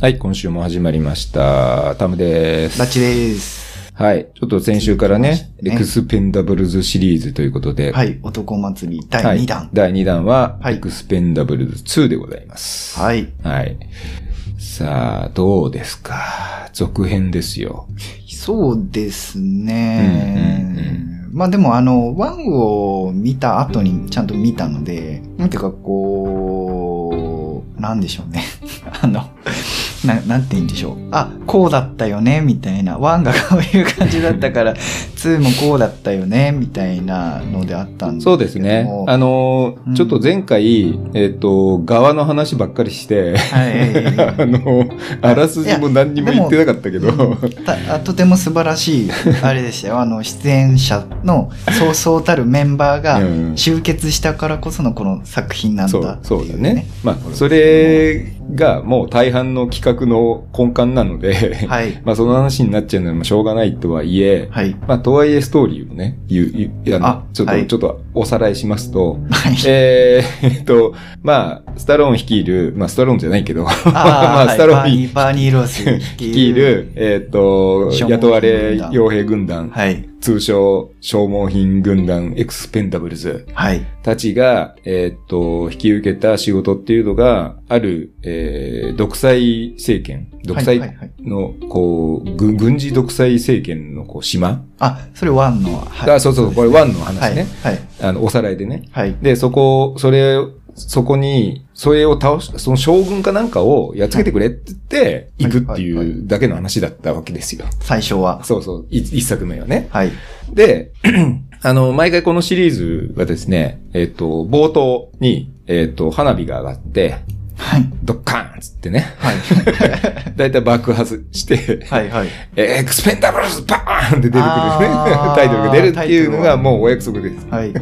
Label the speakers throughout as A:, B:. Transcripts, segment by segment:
A: はい、今週も始まりました。タムです。
B: ダッチです。
A: はい。ちょっと先週からね、
B: ね
A: エクスペンダブルズシリーズということで。。
B: はいい、男祭り第2弾。
A: 第2弾は、
B: はい
A: エクスペンダブルズ2でございます。
B: はい。
A: はい。さあ、どうですか続編ですよ。
B: そうですね、
A: うん
B: まあでもあの、1を見た後にちゃんと見たので、なんていうかこう、なんでしょうね。 あの、ななんて言うんでしょう。あ、こうだったよね、みたいな。1がこういう感じだったから、2もこうだったよね、みたいなのであったんですけど
A: そ
B: も。
A: うですね。あのー、
B: うん
A: ちょっと前回、えっ、と、側の話ばっかりして、
B: はい
A: あの、あらすじも何にも言ってなかったけど、
B: たあとても素晴らしいあれでし たよあの出演者のそうそうたるメンバーが
A: うん
B: 集結したからこそのこの作品なんだ
A: そ
B: ってい
A: そ
B: うね
A: うだね。まあ、それがもう大半の企画の根幹なので、
B: はい
A: まあ、その話になっちゃうのはしょうがないとはいえ、
B: はい
A: まあ、とはいえストーリーをね、言う言ういや
B: あ
A: ちょっと、
B: はい
A: ちょっとおさらいしますと、
B: はい
A: えーえっと、まあ、スタローン率いる、まあ、スタローンじゃないけど、まあ、
B: は
A: ス
B: い
A: タロ
B: バー
A: ーン
B: ニーバーニーロス率
A: 率いる、えっと、
B: 消耗品軍
A: 雇
B: 団
A: われ傭兵軍団、
B: はい
A: 通称消耗品軍団エクスペンダブルズ。
B: はい
A: たちが、えーっと、引き受けた仕事っていうのが、ある、えー、独裁政権、独
B: はいは
A: 裁
B: いはい
A: の、こう、軍軍事独裁政権の、こう、島、
B: あそれワンのはい
A: あそうそう、これワンの
B: は
A: 話
B: い
A: ね、
B: はい
A: あの、おさらいでね。
B: はい
A: で、そこ、それ、そこに、それを倒し、その将軍かなんかをやっつけてくれって言って、
B: はい
A: 行くって
B: はいはい
A: いう
B: は
A: だけの話だったわけですよ。
B: 最初は
A: そうそう、い一作目はね。
B: はい
A: で、あの、毎回このシリーズはですね、えっ、と、冒頭に、えっ、と、花火が上がって、
B: はい
A: ドッカーンつってね、
B: はい
A: だいたい爆発して、
B: はいはい
A: エクスペンダブルズバーンって出てくるね
B: あー。
A: タイトルが出るっていうのがもうお約束です。
B: はい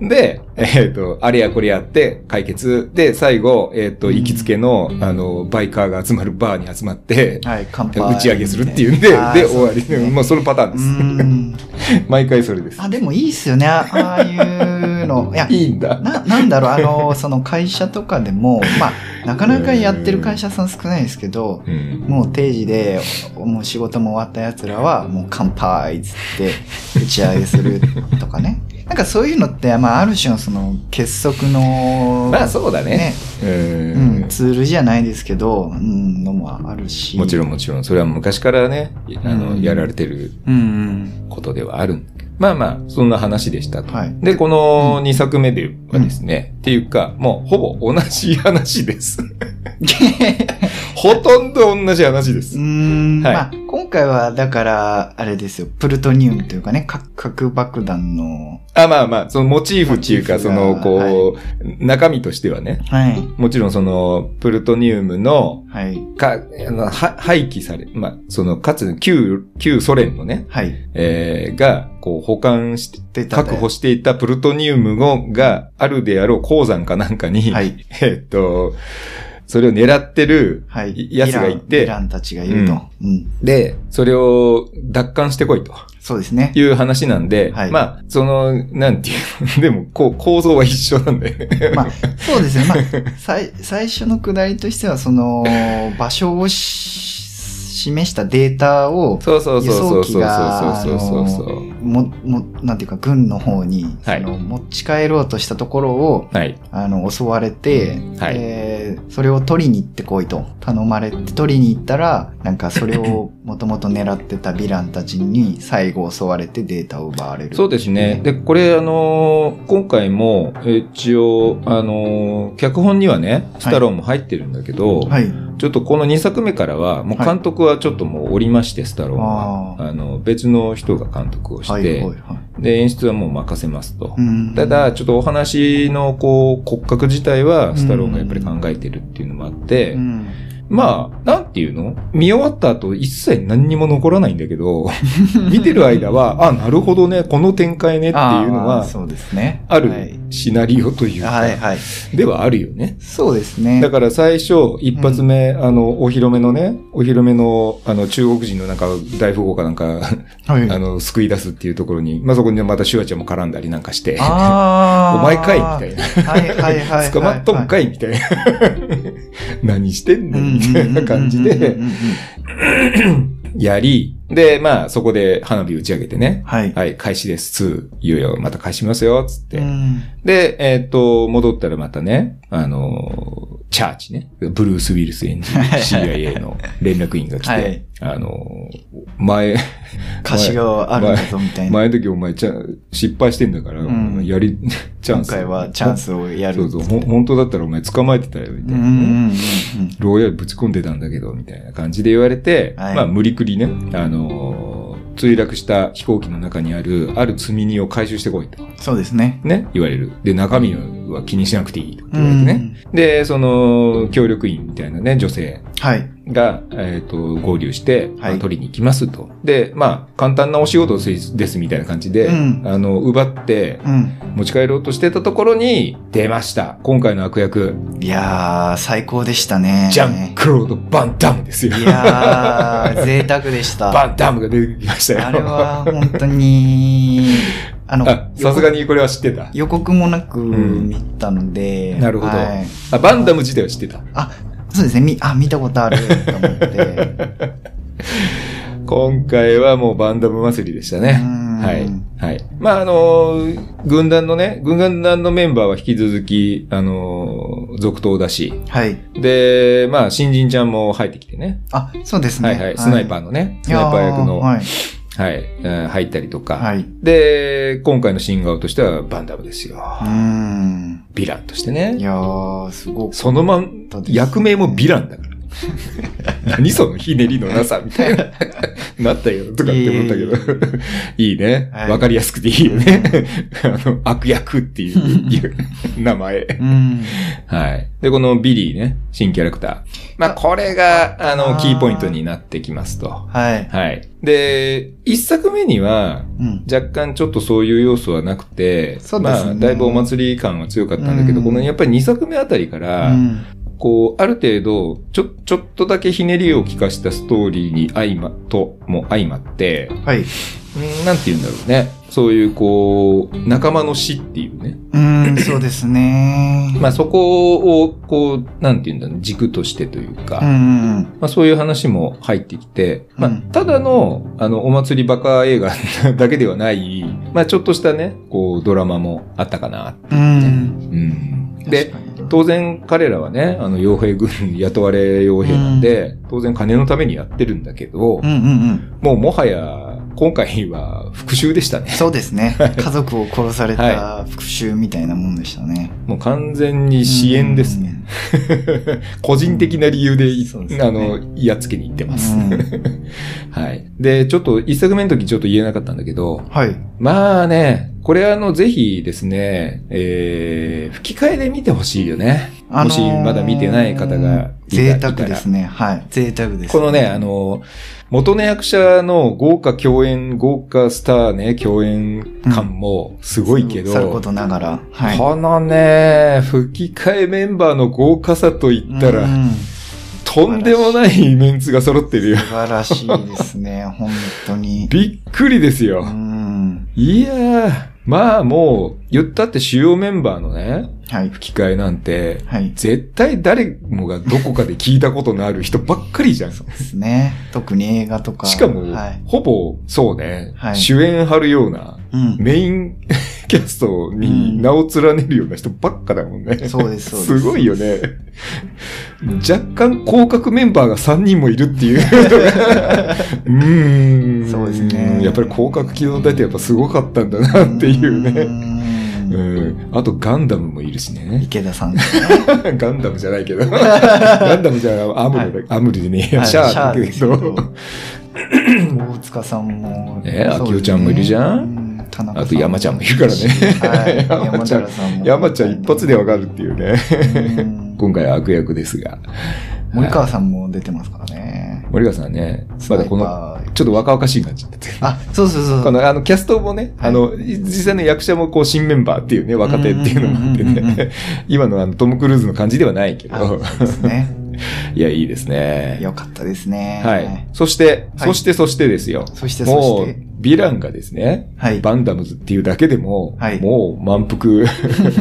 A: で、えっ、と、あれやこれやって解決。で、最後、えっ、と、行きつけの、あの、バイカーが集まるバーに集まって、
B: はい乾杯
A: 打ち上げするっていうんで、
B: あー
A: で、終
B: そう
A: わ
B: で
A: り。
B: すね
A: まあ、そのパターン
B: う
A: で
B: ー
A: す。
B: ん
A: 毎回それです。
B: あでもいいっすよねあああいうのいや
A: いいんだ。
B: な、なんだろう、あの、その会社とかでも、まあ、なかなかやってる会社さん少ないですけど、
A: うん
B: もう定時で、おもう仕事も終わった奴らは、もう乾杯っつって、打ち上げするとかね。 なんかそういうのって、まあ、ある種のその結束の、
A: まあそうだね
B: ね。
A: うん
B: うん、ツールじゃないですけど、うん、のもあるし。
A: もちろ
B: ん。
A: んもちろん、それは昔からね、あの、
B: うん
A: やられてる
B: うん、
A: ことではあるんだけど。まあまあ、そんな話でしたと。
B: はい
A: で、この2作目ではですね、っていうか、もうほぼ同じ話です。 ほとんど同じ話で
B: う
A: す。
B: ん、
A: はい
B: まあ、今回は、だから、あれですよ、プルトニウムというかね、核核爆弾の、
A: あ、まあまあ、そのモチーフっていうか、
B: モチ
A: そ
B: ーフが
A: の、こう、中身としてはね、
B: はい、
A: もちろんその、プルトニウムの、
B: はい、
A: か、あの、は廃棄され、まあ、その、かつ、旧、旧ソ連のね、
B: はい。
A: えーが、こう、保管して、
B: 出たんだ
A: 確
B: よ
A: 保していたプルトニウムをがあるであろう鉱山かなんかに、
B: はい。
A: えーっと、それを狙ってる、
B: はい。
A: やつがいて
B: イランイランたちがいると。うん。
A: で、それを奪還してこいと
B: そうですね。
A: いう話なんで、
B: はい
A: まあ、その、なんていう、 でも、こう、構造は一緒なんだよね。
B: まあ、そうですね。まあ、最、最初のくだりとしては、その、場所をし示したデータを、
A: そうそうそうそうそうそうそうそう
B: 輸送機も、も、なんていうか、軍の方に、
A: はい
B: その、持ち帰ろうとしたところを、
A: はい。
B: あの、襲われて、
A: はい
B: えーそれを取りに行ってこいと頼まれて、取りに行ったら、なんかそ れをもともと狙ってたヴィランたちに最後襲われてデータを奪われる。
A: そうですね。で、これ、あのー今回も、えー一応、あのー脚本にはね、スタローンも入ってるんだけど、
B: はい。
A: ちょっとこの2作目からは、もう監督はちょっともうおりまして、スタローンは。
B: あ
A: あの、別の人が監督をして、
B: はいはいはい
A: で、演出はもう任せますと。
B: うん
A: ただ、ちょっとお話のこう骨格自体は、
B: ん
A: スタローンがやっぱり考えてるっていうのもあって、
B: うん
A: まあ、なんてていうの見終わった後一切何にも残らないんだけ ど、見てる間は、あ、なるほどね、この展開ねっていうの
B: あー
A: は、
B: そうですね。
A: ある
B: はい
A: シナリオというか、
B: はいはい。
A: ではあるよね。
B: そうですね。
A: だから最初、一発目、あの、お披露目のね、お披露目の、あの、中国人のなんか、大富豪かなんか、
B: はい
A: あの、救い出すっていうところに、まあ、そこにまたシュワちゃんも絡んだりなんかして、
B: あ
A: お
B: ー
A: 前かいみたいな。
B: はいはいはいはい。
A: 捕まっとんかいみ たいな。何してん
B: う
A: の
B: んうんうん
A: み
B: うん
A: たいな感じ
B: うんうん
A: で
B: う、んうん
A: やり、で、まあ、そこで花火打ち上げてね。
B: はい。
A: はい、開始です。2、いよいよ、また返しますよ、つって。
B: うん
A: で、えーっと、戻ったらまたね、あのー、チャーチね、ブルース・ウィルス演じる CIA の連絡員が来て、
B: はい
A: あのー、前、
B: 歌詞があるんだぞみたいな。
A: 前の時お前ちゃ失敗してんだから、
B: うん
A: やり、 チャン
B: 今
A: ス。
B: 回はチャンスをや
A: そ
B: る
A: う。そう、ほん本当だったらお前捕まえてたよ、み
B: うん
A: た
B: う
A: い
B: ん
A: な、
B: うんうん。
A: 牢屋にぶち込んでたんだけど、みたいな感じで言われて、
B: はい
A: まあ無理くりね、あのー墜落した飛行機の中にある、ある積み荷を回収してこいと。
B: そうですね。
A: ね、言われる。で、中身は気にしなくていいと
B: う
A: 言われて
B: ん
A: ね。で、その、協力員みたいなね、女性
B: はい。
A: が、えっ、と、合流して、まあ
B: はい
A: 取りに行きますと。で、まあ、簡単なお仕事ですですみたいな感じで、
B: うん
A: あの、奪って
B: うん。
A: 持ち帰ろうとしてたところに、出ました。今回の悪役、
B: いやー、最高でしたね。
A: ジャン・クロード・バンダムですよ。
B: いやー、贅沢でした。
A: バンダムが出てきましたよ。
B: あれは本当に、あの
A: あ、、さすがにこれは知ってた。
B: 予告もなく
A: ん
B: 見たので、
A: なるほど
B: はい
A: あ、バンダム自体は知ってた。
B: あ、そうですね。み、あ、見たことあると思って。
A: 今回はもうバンダム祭りでしたね。は。
B: はい
A: はい。まあ、あのー軍団のね、軍団のメンバーは引き続き、あのー続投だし、
B: はい。
A: で、まあ、新人ちゃんも入ってきてね。
B: あ、そうですね。
A: はいはい。スナイパー
B: ー。
A: のね、ス
B: いや
A: ナイパー役の、はい、
B: はい。
A: えー入ったりとか。
B: はい。う
A: で、今回の新顔としてはバンダムですよ。
B: ーん。
A: ヴィランとして
B: い
A: ね。
B: やー、すごく。
A: そのまん、役名もヴィランだから。 何そのひねりのなさみたいな。 なったよ、とかって思ったけど。いいね。
B: はい
A: わかりやすくていいよね。 あの、悪役っていういう名前。
B: うん。
A: はい。で、このビリーね、新キャラクター。まあ、これが、あの、
B: あー
A: キーポイントになってきますと。
B: はい。
A: はい。で、一作目には、
B: うん。
A: 若干ちょっとそういう要素はなくて、
B: そうです
A: ま
B: ね
A: あ、だいぶお祭り感は強かったんだけど、
B: うん
A: このやっぱり2作目あたりから、
B: うん
A: こう、ある程度、ちょ、ちょっとだけひねりを効かしたストーリーに相ま、と、も相まって、
B: はい。う
A: うんなんて言うんだろうね。そういう、こう、仲間の死っていうね。
B: ーん、そうですね。
A: まあそこを、こう、なんて言うんだろう、軸としてというか、
B: うんうん
A: まあそういう話も入ってきて、まあ
B: うん
A: ただの、あの、お祭りバカ映画だけではない、まあちょっとしたね、こう、ドラマもあったかな。
B: うん。うん。
A: うん。で、
B: 確かに、
A: 当然彼らはね、あの、傭兵軍、雇われ傭兵なんで、当然金のためにやってるんだけど
B: う、んうんうん。
A: もうもはや、今回は復讐で したね。
B: そうですね。家族を殺され
A: は
B: た復讐みたいなもんでしたね。
A: もう完全に支援ですね。 個人的な理由でい
B: そうですね
A: あの、やっつけに行って
B: うん。
A: ます。
B: うん
A: はい。で、ちょっと、一作目の時ちょっと言えなかったんだけど、
B: はい。
A: まあね、これあの、ぜひですね、えー、吹き替えで見てほしいよね。
B: あのー
A: もしまだ見てない方がいた
B: 贅沢ですね。はい。贅沢です。
A: このね、あ、の、元の役者の豪華共演、豪華スターね、共演感もすごいけど、
B: さることながら。はい。
A: このね、吹き替えメンバーの豪華さと言ったら、
B: うん
A: とんでもないメンツが揃ってるよ。
B: 素晴らしいですね。本当に。
A: びっくりですよ。
B: うん。
A: いやー、まあもう、言ったって主要メンバーのね、
B: はい。
A: 吹き替えなんて、
B: はい。
A: 絶対誰もがどこかで聞いたことのある人ばっかりじゃん。
B: ですね。特に映画とか。
A: しかも、
B: はい。
A: ほぼ、そうね、
B: はい
A: 主演張るような、
B: うん。
A: メインキャストに名を連ねるような人ばっかだもんね。
B: そうです、そうで
A: す
B: す。
A: ごいよね。若干広角メンバーが3人もいるって いうのがうーん。
B: そうですね
A: やっぱり広角機動隊ってやっぱすごかったんだなっていうね。
B: ね
A: うん。あとガンダムもいるし ね。
B: 池田さんですね。
A: ガンダムじゃないけ ど。ガンダムじゃないアムルだ、アムルでねえや、
B: はい
A: シャアだけ
B: シャア
A: ど。
B: ですけど大塚さん
A: ね
B: も。そうですね
A: 秋代ちゃんもいるじゃん
B: う田中さ
A: あと山ちゃんもいるからね
B: はい
A: 山
B: 山
A: ちゃん
B: 寺さんも。
A: 山ちゃん一発でわかるっていうね。
B: うん
A: 今回は悪役ですが。
B: 森川さんも出てますからね。
A: 森川さんはね、まだこの、
B: スナイパー
A: ちょっと若々しい感じになってて。
B: あ、そうそうそう。
A: この、あの、キャストもね、
B: はい
A: あの、い実際の役者もこう、新メンバーっていうね、若手っていうのもあって
B: うんうんうんうんう
A: ね、 今のあの、トム・クルーズの感じではないけ
B: あそう
A: ど、
B: ですね。
A: いや、いいですね。
B: よかったですね。
A: はい。。そして、
B: はい
A: そして、そしてですよ。
B: そして、そ
A: もう
B: し、て。
A: ヴィランがですね、
B: はい。
A: バンダムズっていうだけでも、
B: はい
A: もう満腹、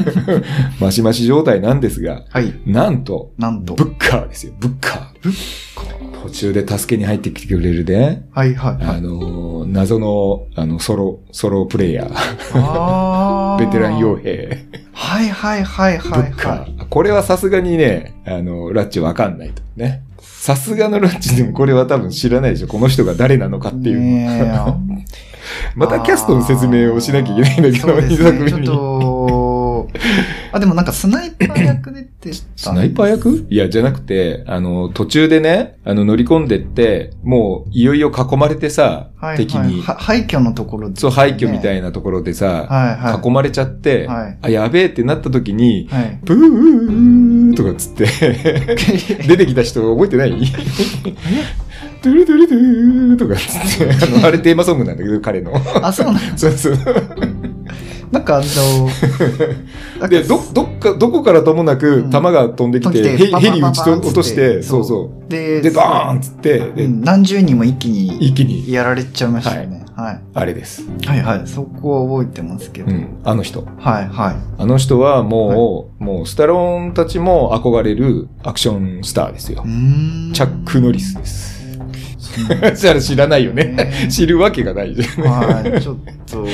A: マシマシ状態なんですが、
B: はい。
A: なんと、
B: なんと
A: ブ。ッカーですよ、ブッカー。途中で助けに入ってきてくれるね、
B: はいはいは
A: あ
B: い。
A: のー謎の、あの、ソロ、ソロプレイヤー、
B: あー
A: ベテラン傭兵、
B: はいはいはい
A: ブ
B: はい
A: ッカ
B: はい。
A: ー。これはさすがにね、あの、ラッチわかんないとね。さすがのラッチでもこれは多分知らないでしょ、この人が誰なのかっていう。
B: ねえ
A: またキャストの説明をしなきゃいけないんだけ
B: あ
A: ど、
B: ーそうで
A: 二
B: す
A: 作
B: ね
A: 目
B: ち
A: に。
B: ょっと、あ、でもなんかスナイパー役出てたんです
A: スナイパー役いや、じゃなくて、あの、途中でね、あの、乗り込んでって、もう、いよいよ囲まれてさ、
B: はいはい
A: 敵に、
B: は廃墟のところです
A: そ
B: ね
A: う、廃墟みたいなところでさ、
B: はいはい。
A: 囲まれちゃって、
B: はい
A: あ、やべえってなった時に、
B: はい。
A: ブーとかっつって、 出てきた人覚えてないドゥルドゥルドゥーとかっつって、あの、あれテーマソングなんだけど、彼の。
B: あ、そうなん
A: そう そう。
B: なんかあの、なんか
A: で、ど、どっか、どこからともな
B: う
A: く、
B: ん
A: 弾が飛んできて、
B: 飛んで
A: ヘ
B: き
A: リ
B: てパン
A: ヘ
B: パン
A: リ
B: パン
A: 撃ちと
B: パンっつって
A: 落として、
B: そ
A: そううそう。
B: で、
A: で、バーンっつって、で
B: うん何十人も一気に
A: 一気に、
B: やられちゃいましたよね。は
A: あれです。
B: い。はいはい。そこは覚えてますけど。
A: う
B: はい
A: ん、あの人。
B: はい。
A: あの人はもう、もうスタローンたちも憧れるアクションスターですよ
B: う。ーん
A: チャック・ノリス。です。
B: そうなんで
A: それ知らないよ
B: す
A: ね。
B: ね
A: 知るわけがないじゃん。
B: はい。ちょっと、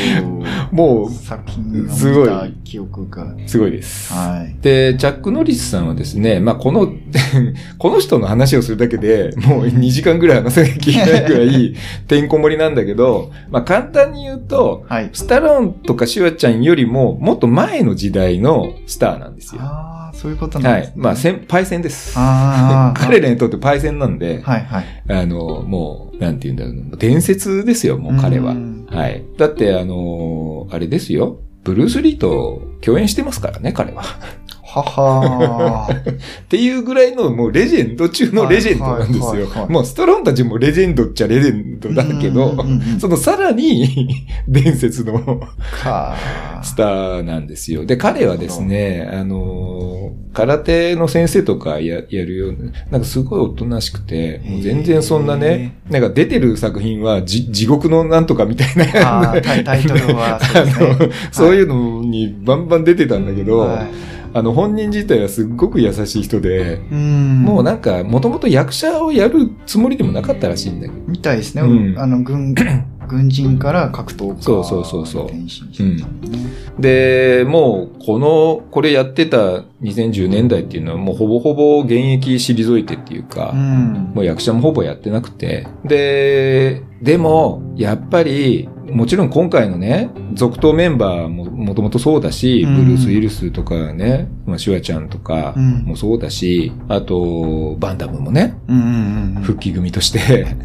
A: も
B: 作品が
A: すごい
B: 見た記憶が。
A: う、すごいです。
B: はい。
A: で、チャック・ノリスさんはですね、まあ、この、 この人の話をするだけでもう2時間ぐらい話さなきゃいけないぐらい、てんこ盛りなんだけど、まあ、簡単に言うと、
B: はい。
A: スタローンとかシュワちゃんよりも、もっと前の時代のスターなんですよ。
B: ああ、そういうことなん
A: は
B: です
A: い。まあ、先パイセンです。
B: ああ。
A: 彼らにとってパイセンなんで、
B: はいはい。
A: あの、もう、なんて言うんだろう。伝説ですよ、もう彼は
B: う。ん
A: はい。だって、あのーあれですよ。ブルース・リーと共演してますからね、彼は。
B: ははー。
A: っていうぐらいの もうレジェンド中のレジェンドなんです
B: はいはい
A: よ
B: はいは。い
A: もうストローンたちもレジェンドっちゃレジェンドだけ
B: うん
A: ど
B: うん、うんうん
A: そのさらに 伝説の
B: か
A: スターなんですよ。で、彼はですね、あのー、空手の先生とかややるような、なんかすごいおとなしくて、もう全然そんなね、なんか出てる作品はじ地獄のなんとかみたいな。
B: あータイタイトルはそ う
A: あ
B: ですね
A: の、そういうのにバンバン出てたんだけど、
B: はい
A: あの、本人自体はすっごく優しい人で、
B: うん
A: もうなんか、もともと役者をやるつもりでもなかったらしいんだけど。
B: みたいですね、
A: うん
B: あ の軍軍人から格闘家
A: そうそうそうそう
B: 転身してたんでね
A: で、もう、この、これやってた2010年代っていうのはもうほぼほぼ現役退いてっていうか、
B: うん
A: もう役者もほぼやってなくて。で、でも、やっぱり、もちろん今回のね、続投メンバーももともとそうだし、
B: うん
A: ブルース・ウィルスとかね、まあ、シュワちゃんとか
B: うん
A: もそうだし、あと、バンダムもね、
B: うんうんうん
A: 復帰組として、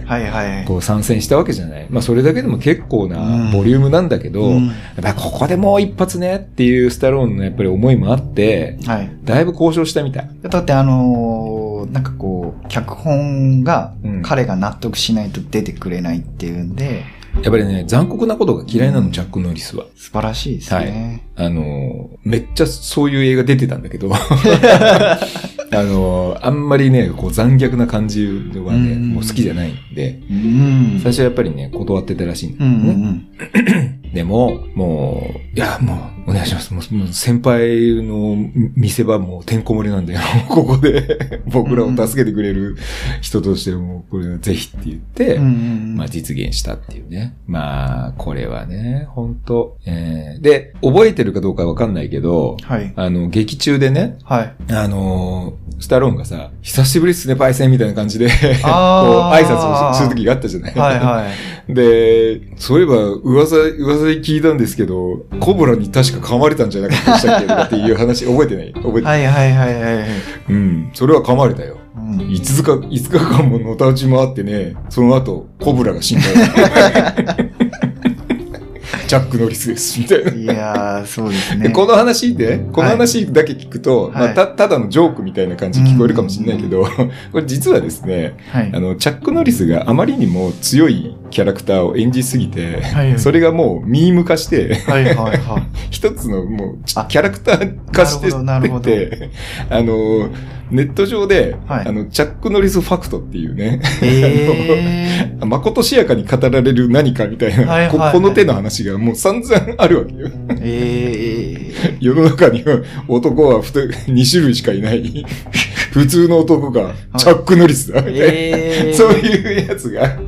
B: はいはい
A: こう参戦したわけじゃない。まあそれだけでも結構
B: うん
A: なボリュームなんだけど、
B: うん
A: やっぱここでもう一発ねっていうスタローンのやっぱり思いもあって、
B: はい
A: だいぶ交渉したみたい。
B: だってあのーなんかこう脚本が
A: うん
B: 彼が納得しないと出てくれないっていうんで
A: やっぱりね、残酷なことが嫌いなの、ジャック・ノリスは。
B: 素晴らしいですね、
A: あのー、めっちゃそういう映画出てたんだ けど、あのー、あんまりね、こう残虐な感じはね、
B: うん
A: もう好きじゃないんで、
B: うん
A: 最初はやっぱりね、断ってたらしいんだけ
B: う
A: ど
B: んう
A: ね。
B: んうん
A: でも、もう、いや、もう、お願いします。もう、もう先輩の見せ場もうてんこ盛りなんだよ。 ここで、 僕らを助けてくれる人としても、これはぜひって言って、
B: うんうん
A: まあ実現したっていうね。まあ、これはね、本当えーで、覚えてるかどうかわかんないけど、
B: はい
A: あの、劇中でね、
B: はい
A: あのースタローンがさ、久しぶりっすね、パイセンみたいな感じで、こう、
B: あ
A: 挨
B: ー
A: 拶をする時があったじゃない
B: はいはい
A: で、そういえば、噂、噂で聞いたんですけど、コブラに確か噛まれたんじゃなかったでしたっけとかっていう話、覚えて ない覚えてない、
B: はいはいはいはいはい
A: うん。それは噛まれたよ。
B: うん
A: 5日、5日間ものた うち回ってね、その後、コブラが死んだよ。ジャック・ノリスです、みたいな。
B: いやー、そうです
A: で
B: ね。
A: この話で、この話だけ聞くと、
B: はい
A: まあ、た、ただのジョークみたいな感じに聞こえるかもしれないけど、これ実はですね、
B: はい
A: あ。の、チャック・ノリスがあまりにも強いキャラクターを演じすぎて、
B: はい
A: それがもうミーム化 して、
B: はいはいはい。
A: 一つのもうち
B: あ
A: キャラクター化して
B: なるほ
A: っ
B: どなる
A: て、あの、ネット上で、
B: はい
A: あの、チャック・ノリスファクトっていうね、
B: え
A: まことしやかに語られる何かみたいな、
B: はいはいはい
A: ここの手の話がもう散々あるわけ よ。
B: ー、えー、
A: 世の中には男は2種類しかいない。 普通の男がチャック・ノリスだ。みたいな
B: えー、
A: そういうやつが、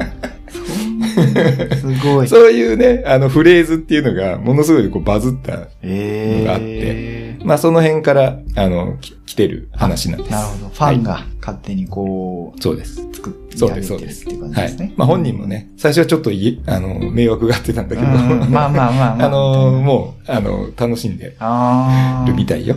B: すごい。
A: そういうね、あのフレーズっていうのがものすごいこうバズった。
B: えー、
A: があってまあその辺から、あの、き来てる話なんです。
B: なるほど。ファンが勝手にこ
A: そうです。
B: う、作って
A: そう
B: や
A: で
B: れ
A: す、
B: て
A: そう
B: る
A: で
B: っ
A: す。
B: ていう感じ
A: は
B: ですね。
A: い。まあ本人もね、最初はちょっとい、あの、迷惑があってたんだ
B: うん。
A: けど、
B: うんまあまあまあまあ。
A: あの、もう、あの、楽しんで
B: あー
A: るみたいよ。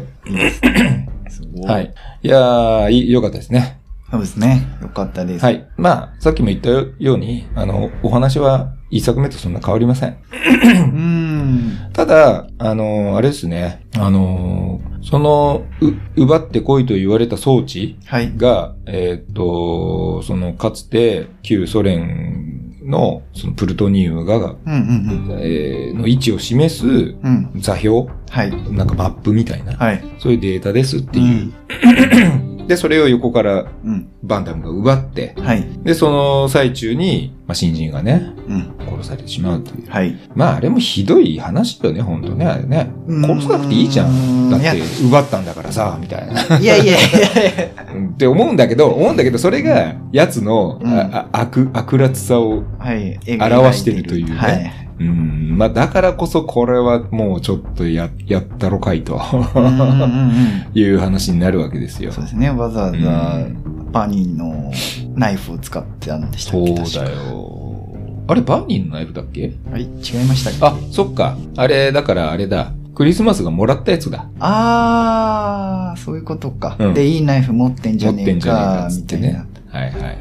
B: すごい。
A: はい。いやー、い良かったですね。
B: そうですね。よかったです。
A: は。い。まあ、さっきも言ったように、あの、お話は一作目とそんな変わりません。
B: うん。
A: ただ、あの、あれですね、あの、その、う奪ってこいと言われた装置
B: はい。
A: が、えーっと、その、かつて旧ソ連の、そのプルトニウムが、
B: うんうん
A: えーの位置を示す
B: うん。うん。
A: 座標、
B: はい。
A: なんかマップみたいな、
B: はい。
A: そういうデータですっていう。で、それを横から
B: うん。
A: バンダムが奪って、
B: はい。
A: で、その最中に、まあ、新人がね、
B: うん。
A: 殺されてしまうという。
B: はい。
A: まあ、あれもひどい話だよね、本当ね、あれね。殺さなくていいじゃん。だっ
B: いや
A: て、奪ったんだからさ、みたいな。
B: いやいやいやいや。
A: って思うんだけど、思うんだけど、それが、奴の、
B: うん
A: ああ悪、悪辣さを、
B: はい。
A: 表してるというね
B: はい。
A: うん、まあ、だからこそ、これはもうちょっとや、やったろかいと、
B: うんうんうん
A: いう話になるわけですよ。
B: そうですね。わざわ
A: う
B: ざ
A: ん
B: バニーのナイフを使ってたんでしたっけ
A: そうだ
B: 確
A: よ。あれ、バーニーのナイフだっけ
B: かはい。違いましたっけ
A: あ、そっか。あれ、だからあれだ。クリスマスがもらったやつだ。
B: あー、そういうことか。
A: うん
B: で、いいナイフ持ってんじ
A: 持
B: ゃ
A: っ
B: ね
A: て
B: え
A: んじゃねえ
B: か
A: か、、っつっ
B: み
A: たて
B: い
A: ね
B: な。。
A: はいはいはいはい。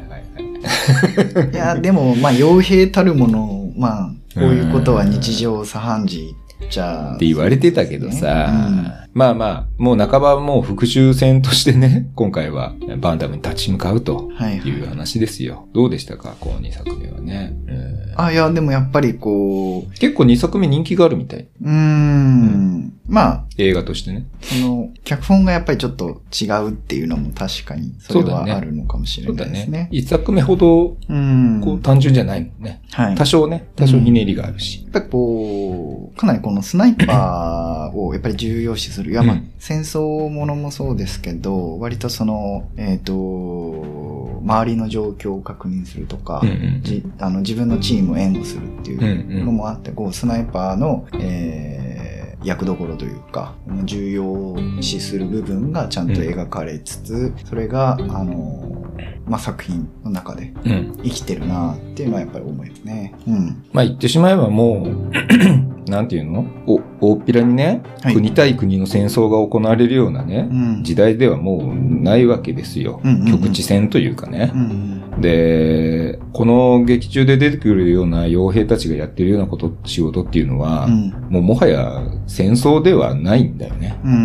B: いや、でも、まあ、傭兵たるもの、まあ、こういうことは日常茶飯事じゃ
A: って言われてたけどさ、
B: うん
A: まあまあ、もう半ばもう復讐戦としてね、今回はバンダムに立ち向かうと
B: はいはい
A: い。う話ですよ。どうでしたか、この2作目はね。うん
B: あ、いや、でもやっぱりこ
A: 結構2作目人気があるみたい。
B: う、うーん、まあ、
A: 映画としてね。
B: その、脚本がやっぱりちょっと違うっていうのも確かに、それ
A: そうだ
B: は
A: ね
B: あるのかもしれ
A: そう
B: な
A: だ
B: いです
A: ね
B: ね。。
A: 1作目ほど
B: うん。
A: こう単純じゃないもんね。
B: はい。
A: 多少ね、多少ひねりがあるし。
B: やっぱりこう、かなりこのスナイパーをやっぱり重要視する。いや、まあ
A: うん、
B: 戦争ものもそうですけど、割とその、えっ、と、周りの状況を確認するとか、
A: うんうん
B: じあの自分のチームを援護するっていううんの
A: うん
B: もあって、こう、スナイパーの、えー役どころというか、重要視する部分がちゃんと描かれつつ、それが、あの、まあ、作品の中で
A: うん。
B: 生きてるなっていうのはやっぱり思いますね。うん。
A: まあ言ってしまえばもう、 なんていうのお、大っぴらにね、
B: はい
A: 国対国の戦争が行われるようなね
B: う、ん。
A: 時代ではもうないわけですよ。
B: うんうんうん
A: 局地戦というかね
B: う。ん
A: で、この劇中で出てくるような傭兵たちがやってるようなこと、仕事っていうのは、
B: うん
A: もうもはや戦争ではないんだよね。
B: うんう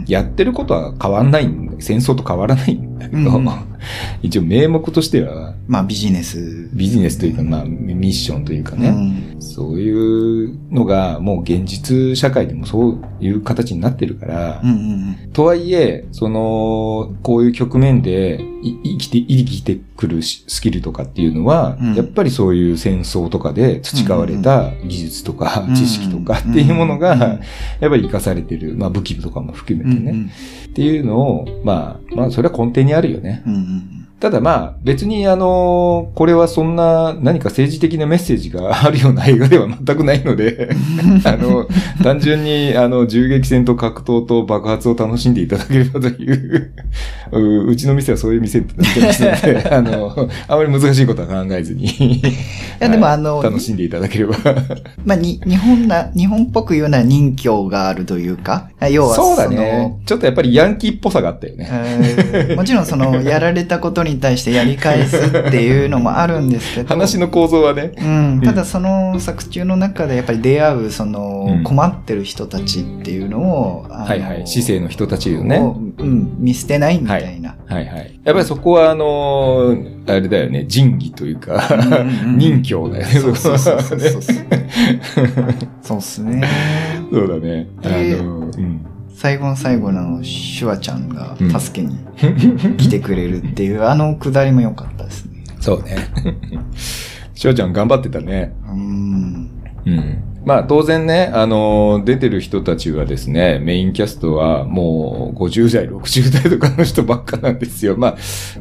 B: ん
A: やってることは変わんないんだ戦争と変わらないんだけど、
B: うん
A: 一応名目としては
B: まあビジネス。
A: ビジネスというか、まあミッションというか
B: ね。
A: ね、そういうのがもう現実社会でもそういう形になってるから、
B: うんうん
A: とはいえ、その、こういう局面でい生きて、生きてくるしスキルとかっていうのは、
B: うん
A: やっぱりそういう戦争とかで培われた技術とか
B: うん
A: 知識とかっていうものが、
B: うん
A: やっぱり活かされてる。まあ武器とかも含
B: うん。う
A: めて
B: ん
A: ね。っていうのを、まあ、まあそれは根底にあるよね。
B: うんうん。
A: ただまあ別にあの、これはそんな何か政治的なメッセージがあるような映画では全くないので、 あの、単純に、あの、銃撃戦と格闘と爆発を楽しんでいただければという、 ううちの店はそういう店ってなってますので、 あの、あまり難しいことは考えずに。い
B: やでもあの
A: 楽しんでいただければ。
B: まあに、日本な、日本っぽく言うなら人気があるというか、要は
A: そうだ
B: の
A: ね。ちょっとやっぱりヤンキーっぽさがあったよね。
B: えーもちろん その、やられたことに対してやり返すっていうのもあるんですけど。
A: 話の構造はね。
B: うん、ただその作中の中でやっぱり出会うその
A: うん
B: 困ってる人たちっていうのを、あの
A: はいはい。市政の人たちよね。
B: をうん、見捨てないみたいな。
A: はいはい。やっぱりそこは、あのーあれだよね、仁義というか、
B: うんうん
A: 任侠だよね、
B: そうそうそうそ
A: こ
B: う
A: はね
B: そう。そうっすね。
A: そうだね。あ
B: で
A: のーうん
B: 最後の最後のシュワちゃんが
A: うん
B: 助けに来てくれるっ ていう、あのくだりも良かったですね。
A: そう ね。しおちゃん頑張ってたね。
B: うん。
A: うん。まあ当然ね、あのー出てる人たちはですね、メインキャストはもう50代、60代とかの人ばっかなんですよ。ま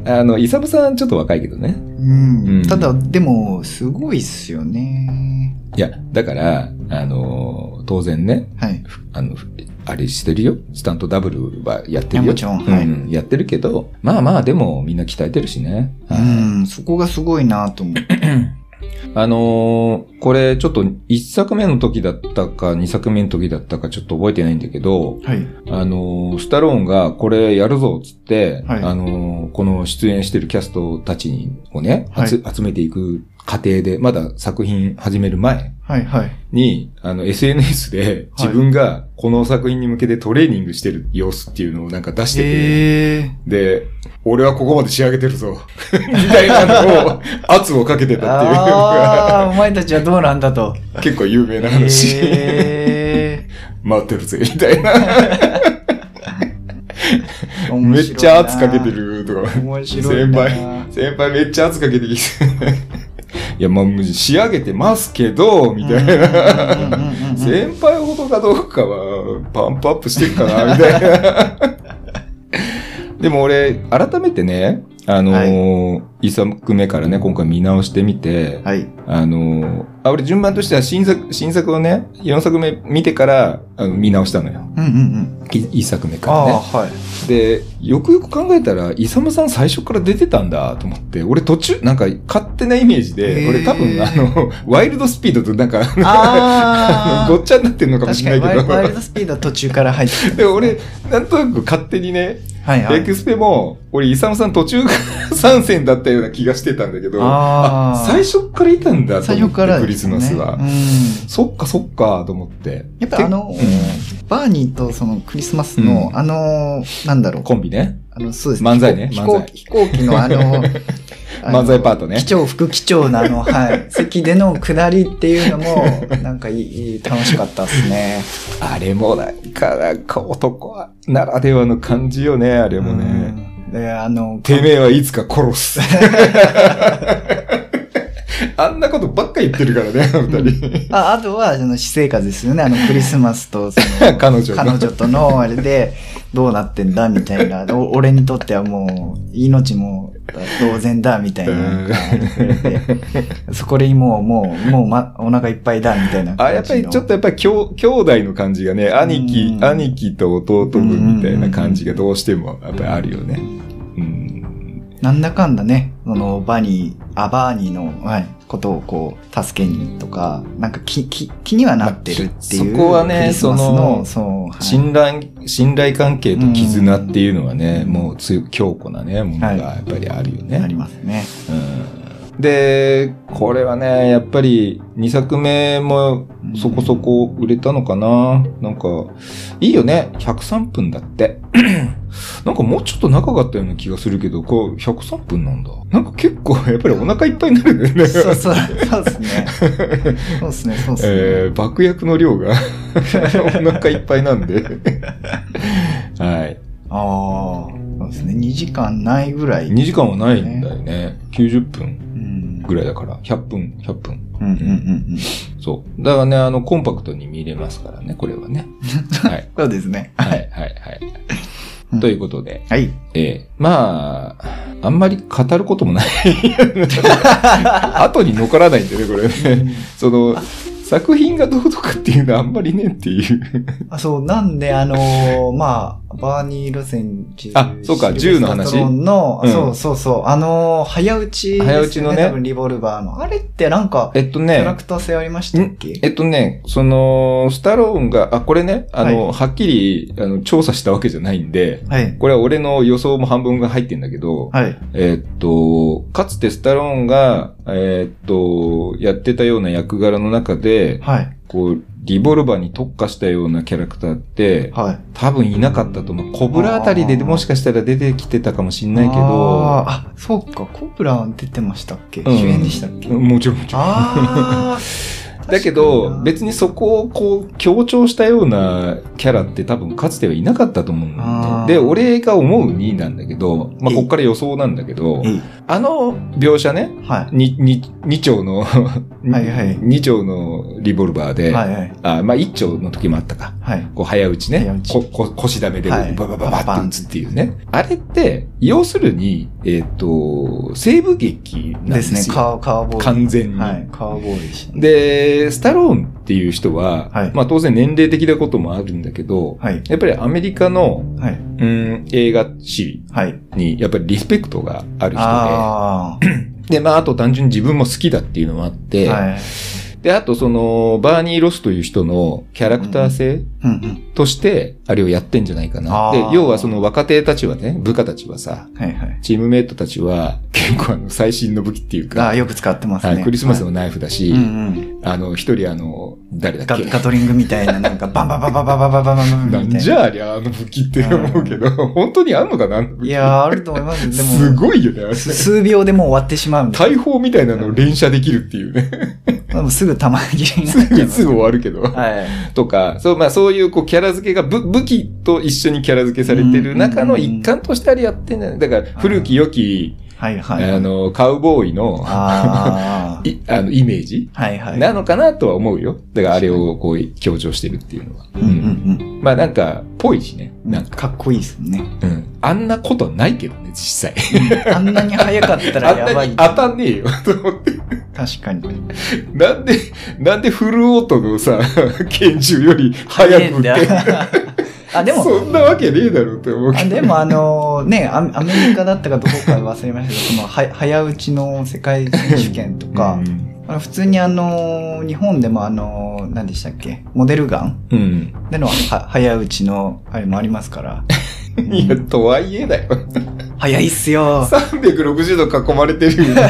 A: あ、あの、イサムさんちょっと若いけどね。
B: うん
A: うん
B: ただ、でも、すごいっすよね。
A: いや、だから、あのー当然ね、
B: はい。
A: あの、あれしてるよ。スタントダブルはやってる
B: い
A: よ。
B: やもちろんはい
A: うんやってるけど、まあまあ、でもみんな鍛えてるしね。
B: うん、そこがすごいなと思って。
A: あのーこれちょっと1作目の時だったか2作目の時だったかちょっと覚えてないんだけど、
B: はい。
A: あのースタローンがこれやるぞっつって、
B: はい
A: あのーこの出演してるキャストたちをね、集集めていく過程で、まだ作品始める前
B: はいはい。
A: に、あの、SNS で自分がこの作品に向けてトレーニングしてる様子っていうのをなんか出してて、
B: ええ
A: で、俺はここまで仕上げてるぞ。 みたいなのを、圧をかけてたっていうの
B: ああ、
A: が、
B: お前たちはどうなんだと。
A: 結構有名な話。
B: え
A: 待ってるぜ、みたいな。
B: え
A: めっちゃ圧かけて。るとか。
B: 面白い
A: 先
B: な。
A: 輩、先輩めっちゃ圧かけてきて。いや、まあ、仕上げてますけど、みたい
B: うんうん
A: な。
B: うんうんうん
A: 先輩ほどかどうかは、パンプアップしてるか な、みたいな。でも俺、改めてね、あのー一作目からね、今回見直してみて、
B: はい。
A: あのーあ、俺順番としては新作、新作をね、4作目見てからあの見直したのよ。
B: うんうんうん。
A: い一作目か
B: あ
A: ら
B: あ、
A: ね。
B: はい。
A: で、よくよく考えたら、イサムさん最初から出てたんだと思って、俺途中、なんか勝手なイメージ
B: へ
A: で、
B: ー
A: 俺多分あの、ワイルドスピードとなんか、
B: あ
A: ごっちゃになってんのかも
B: 確
A: し
B: か
A: れ
B: に
A: な
B: ワイ
A: いけ
B: ワイル
A: ど
B: ド。スピードは途中から入って
A: で、俺、なんとなく勝手にね、
B: た。はいは
A: エ
B: い。
A: クスペも、俺、イサムさん途中から参戦だったような気がしてたんだけど、
B: あー
A: あ最初からいたんだと
B: 最
A: 思っ
B: 初
A: て、
B: から
A: クリ
B: です
A: ス
B: よね
A: マスは
B: う。ん。
A: そっかそっかと思って。
B: やっぱあの、バーニーとそのクリスマスの、
A: うん
B: あの、なんだろう。
A: コンビね。
B: あの、そうです
A: 漫才ね
B: 飛行
A: 漫才
B: 飛行飛行機の あの、あの
A: 漫才パートね
B: 機長、副機長の あの、はい、席での下りっていうのも、なんかいいいい、楽しかったですね。
A: あれもなんか、なんか男ならではの感じよね、あれもね。
B: うん。で、あの、
A: てめえはいつか殺す。 あんなことばっか言ってるからね、あの二人。
B: ああとは、その、私生活ですよね。あの、クリスマスと、その、
A: 彼女が
B: 彼女との、あれで、どうなってんだ、みた いな。お俺にとってはもう、命も同然だ、みたいな。
A: うん
B: でそこでもう、もう、もう、ま、お腹いっぱいだ、みたいな感
A: あ、
B: じの。
A: やっぱりちょっとやっぱり兄兄弟の感じがね、兄貴
B: う、ん
A: 兄貴と弟分みたいな感じがどうしてもやっぱりあるよね。うん。
B: なんだかんだね、そのバニー、アバーニーの、はい、ことをこう、助けにとか、なんか気、気、気にはなってるっていう。
A: まあそこはね
B: クリスマスの、そう、はい
A: 信頼、信頼関係と絆っていうのはね、
B: うん
A: もう強強固なね、ものがやっぱりあるよね。
B: あります ね。
A: うんで、これはね、やっぱり2作目もそこそこ売れたのかな。なんか、いいよね。103分だって。 なんかもうちょっと長かったような気がするけど、こう103分なんだ。なんか結構 やっぱりお腹いっぱいになるよね。
B: そうそう、そうですね。そうですね、そうですね。
A: えー爆薬の量が お腹いっぱいなんで。 はい。
B: ああ、そうですね。2時間ないぐらい。
A: 2時間はないんだよね。90
B: う
A: 分
B: ん。
A: ぐらいだから。100分、100分。
B: うんうんうんうん。
A: そう。だからね、あの、コンパクトに見れますからね、これはね。はい。
B: そうですね。
A: はい、はい、はい。ということで、
B: はい。
A: えーまあ、あんまり語ることもない。 後に残らないんでね、これね。その、作品がどうとかっていうのはあんまりねっていう。
B: あそう、なんで、あのーまバーニー路線銃
A: あそうか銃の話
B: シルベスタースタローンの、
A: うん
B: そうそうそう、あのー早打ち、
A: 早打ちのね
B: 多分リボルバーの。あれってなんか、
A: えっと
B: キ
A: ね。
B: ャラクター性ありましたっけ
A: えっとね、その、スタローンが、あ、これね、あの、
B: は
A: はっきり、あの、調査したわけじゃないんで、
B: はい。
A: これは俺の予想も半分が入ってんだけど、
B: はい。
A: えっと、かつてスタローンが、えっと、やってたような役柄の中で、
B: はい。
A: こう、リボルバーに特化したようなキャラクターって、
B: はい。
A: 多分いなかったと思う。コブラあたりでもしかしたら出てきてたかもしんないけど、
B: あーあ、そうか、コブラ出てましたっけ、
A: うん
B: 主演でしたっけ、
A: もちろんもちろん。
B: ああ。
A: だけど、
B: に。
A: 別にそこをこう強調したようなキャラって多分かつてはいなかったと思うんだよ
B: あー
A: ね。で、俺が思うになんだけど、まあ、
B: えい
A: こっから予想なんだけど、
B: えい
A: あの描写ね、
B: は
A: に、に、二丁の、
B: い はい
A: 二丁のリボルバー
B: い。
A: で、
B: はいはい。
A: あまあ一丁の時もあったか。
B: はい。
A: こう早打ち
B: 早
A: ね
B: 打。ち
A: ここ腰だめで
B: はい
A: バババ
B: バ
A: バ
B: バ
A: って
B: ン
A: 打つっていうね。あれって、要するに、えっ、と、西部劇なん
B: で
A: です
B: ね
A: す、よ。
B: カー、カーボーイ。
A: 完全に。
B: はい。カーボーイでしたね。
A: で、スタローンっていう人は、
B: はい
A: まあ当然年齢的なこともあるんだけど、
B: はい。
A: やっぱりアメリカの、
B: はい。
A: うん、映画史
B: はい。
A: にやっぱりリスペクトがある人
B: あ
A: で、で、まああと単純に自分も好きだっていうのもあっ
B: あ。
A: て、
B: はい。
A: で、あとその、バーニー・ロスという人のキャラクター性
B: うんうん。
A: として、あれをやってんじゃないかな。
B: あー
A: で、要はその若手たちはね、部下たちはさ、
B: はいはい。
A: チームメイトたちは結構あの最新の武器っていう
B: ああ、
A: か、
B: よく使ってます
A: は
B: ね。
A: い、クリスマス
B: は
A: のナイフだ
B: い
A: し、
B: うんうん。
A: あの、一人あの、誰だっ
B: ガ
A: け
B: ガトリングみたいな、なんか、バンバンバンバンバンバンバンバンバンバ
A: な
B: ン
A: ん
B: みたいな。
A: じゃありゃあの武器って思うけど、本当にあんのかなあの武器
B: いやー、あると思います。でも、
A: すごいよね、あれね。
B: す数秒でもう終わってしまうんで。
A: 大砲みたいなのを連射できるっていうね。
B: でもすぐ弾切れになっちゃ
A: す
B: いま
A: ぐ、すぐ終わるけど。
B: はい。
A: とか、そう、まあそういうこうキャラ付けが武武器と一緒にキャラ付けされてる中の一環としてあれやってんだよね。だから古き良き、
B: はいはい。
A: あの、カウボーイの、
B: あ
A: いあの、イメージ
B: あ。はいはい。
A: なのかなとは思うよ。だからあれをこう強調してるっていうのは。
B: うんうん
A: まあなんか、ぽいしね。
B: うん。な
A: なん
B: ん
A: か、
B: かかっこいいですね。
A: うん。あんなことないけどね、実際。
B: あんなに早かったら
A: あ
B: や
A: んな
B: ば
A: に
B: い。
A: 当たんねえよ、と思って。
B: 確かに。
A: なんで、なんでフルオートのさ、拳銃より早く
B: ね
A: 撃
B: えん
A: て。
B: だ あ、で も、
A: そんなわけねえだろって思う
B: あ
A: けど。
B: でもあのね、アアメリカだったかどこか忘れましたけど、そのは早打ちの世界選手権とか、
A: うん
B: あの普通にあの、日本でもあの、何でしたっけ、モデルガン
A: うん。
B: でのは早打ちのあれもあります から、
A: いや、とはいえだよ。
B: 早いっすよ。
A: 360度囲まれて るの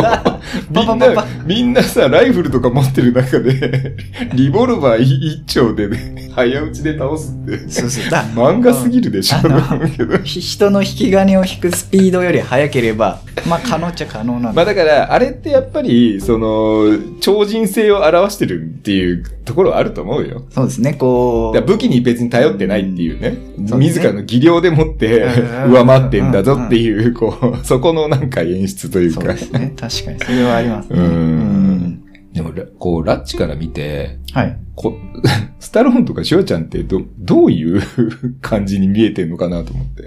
A: をみん
B: パパパ
A: な、みんなさ、ライフルとか持ってる中で、リボルバー一丁でね、早打ちで倒すって。
B: そうそう。だ
A: 漫画すぎるでしょ、
B: あの
A: と思うけど
B: ひ人の引き金を引くスピードより速ければ、まあ可能っちゃ可能なん
A: ま
B: だ。
A: あだから、あれってやっぱり、その、超人性を表してるっていうところはあると思うよ。
B: そうですね、こ
A: だから
B: う。
A: 武器に別に頼ってないっていうね。
B: そうです
A: 自
B: ね
A: らの技量でもって
B: うんうん
A: 上回ってんだぞっていう、こう、そこのなんか演出という
B: そう
A: か
B: で。すね、確かに。それはありますね。
A: うーん
B: うん
A: でも、らこう、ラッチから見て、
B: はい。
A: こ スタローンとかシュワちゃんってど、どういう感じに見えてんのかなと思って。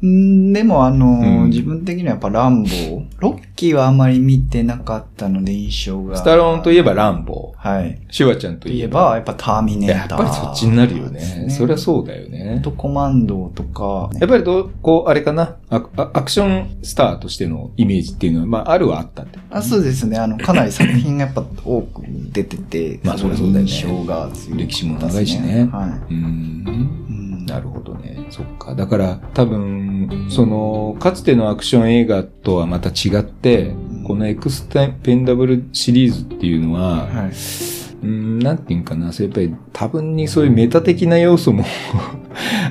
B: うんでもあのー
A: うん
B: 自分的にはやっぱランボー。ロッキーはあまり見てなかったので印象が。
A: スタローンとい
B: え
A: えばランボー、
B: ば。はい。
A: シュワちゃんと
B: と
A: い
B: い
A: え
B: え
A: ば、
B: ば、やっぱターミネ
A: やっ
B: ーター。
A: ぱりそっちになるよね。
B: です
A: そりゃそうだよね
B: あ。とコマンドとか、
A: やっぱりどう、こう、あれかなアクアアクションスターとしてのイメージっていうのは、まあ、あるはあったってことね、
B: あそうですね。あの、かなり作品がやっぱ多く出てて、
A: まあそりゃそうだよね
B: 印象が強い
A: 歴史も長いしね
B: は
A: うーん。
B: い。うん
A: なるほどね。そっか。だから、多分、その、かつてのアクション映画とはまた違って、このエクスペンダブルシリーズっていうのは、
B: はい。
A: うーん、なんていうんかな、そうやっぱり多分にそういうメタ的な要素も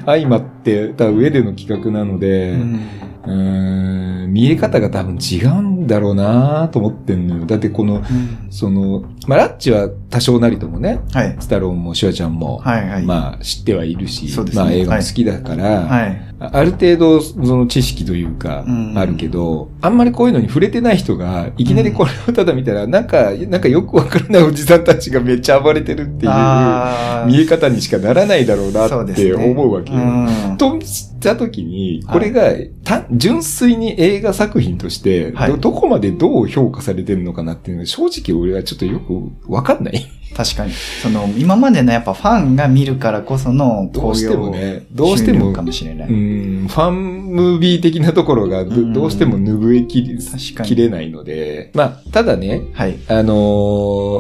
A: 相まってた上での企画なので、うーん、見え方が多分違うんだろうなと思ってんのよ。だってこの、
B: うん
A: その、まあ、ラッチは多少なりともね、
B: はい。
A: スタローンもシュワちゃんも、
B: はいはい。
A: まあ知ってはいるし、
B: そうですね
A: まあ映画も好きだから、
B: はい。
A: あある程度その知識というか
B: うん、
A: あるけど、あんまりこういうのに触れてない人が、いきなりこれをただ見たら、なんか、なんかよくわからないおじさんたちがめっちゃ暴れてるっていう
B: あー
A: 見え方にしかならないだろう
B: そ
A: な
B: う
A: っ
B: で
A: て
B: すね
A: 思うわけよ。
B: うん
A: としたときに、これが単純粋に映画作品としてど、
B: はい
A: どこまでどう評価されてるのかなっていうのが正直俺はちょっとよくわかんない。
B: 確かに。その、今までのやっぱファンが見るからこその、
A: どうしてもね、どうしても、
B: かもしれな
A: う
B: い。
A: ん、ファンムービー的なところがど
B: うん
A: どうしても拭いきり
B: 確かに。
A: きれないので、まあ、ただね、
B: はい。
A: あの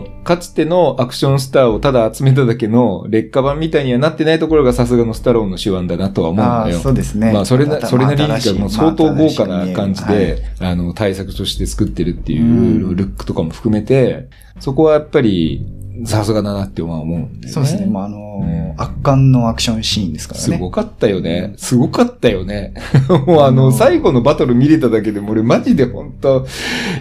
A: ーかつてのアクションスターをただ集めただけの劣化版みたいにはなってないところがさすがのスタローンの手腕だなとは思うん
B: あ
A: だ
B: あ、
A: よ。
B: そうですね。
A: まあ、それ
B: ま
A: な、
B: た
A: それなりに
B: 新しい
A: もう相当豪華な感じ。
B: まあ新しい
A: で、あの、対策として作ってるっていううんルックとかも含めて、そこはやっぱり、さすがだなって思うんだよね。
B: そうですね。まあ、あのー、圧巻のアクションシーンですから
A: す
B: ね。
A: ごかったよね。すごかったよね。 もうあの、最後のバトル見れただけでも俺マジで本当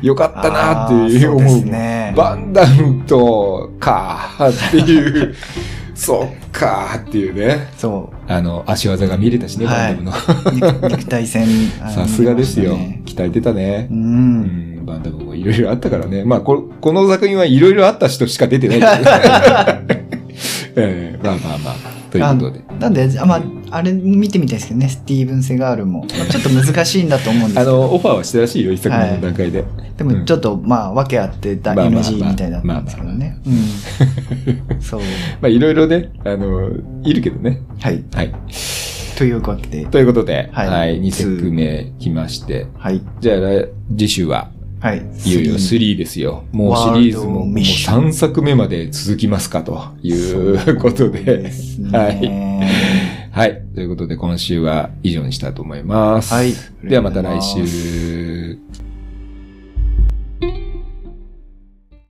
A: よかったなっていう
B: あーそう
A: 思
B: で
A: う
B: す。ね。
A: バンダムと、かっていう、 そっかーっていうね。
B: そ
A: あの、足技が見れたしね、
B: はい
A: バンダムの。
B: う。肉肉体戦。あ の
A: さすがですよ
B: 見まし。
A: 鍛えてたね
B: たねう。。
A: うんん、バンダムもいろいろあったからね。まあ、ここの作品はいろいろあった人しか出て ないけど。ええまあまあまあ、ということで。
B: なんで、あまあ、あれ見てみたいですけどね、スティーブン・セガールも。まあちょっと難しいんだと思うんです
A: あ
B: けど、
A: の、オファーはしてらしいよ、一作目の段階で。
B: でもちょっと、まあ、訳あってだ
A: まあまあまあ
B: NG みたいだったんですけどね。うん。そう。
A: まあ、いろいろね、あの、いるけどね。
B: はい。
A: はい。
B: というわけで、
A: ということで、
B: は
A: はいい、2作目来まして。
B: はい。
A: じゃあ、来次週は、
B: はい。
A: いよいよ
B: スリ
A: 3ですよ。もう
B: ワール
A: シ
B: ド
A: リーズももう
B: ミッション
A: 3作目まで続きますかとい
B: そう
A: うことで。
B: す
A: はいはい。ということで、今週は以上にしたいと思います。
B: はい
A: ではまた来週。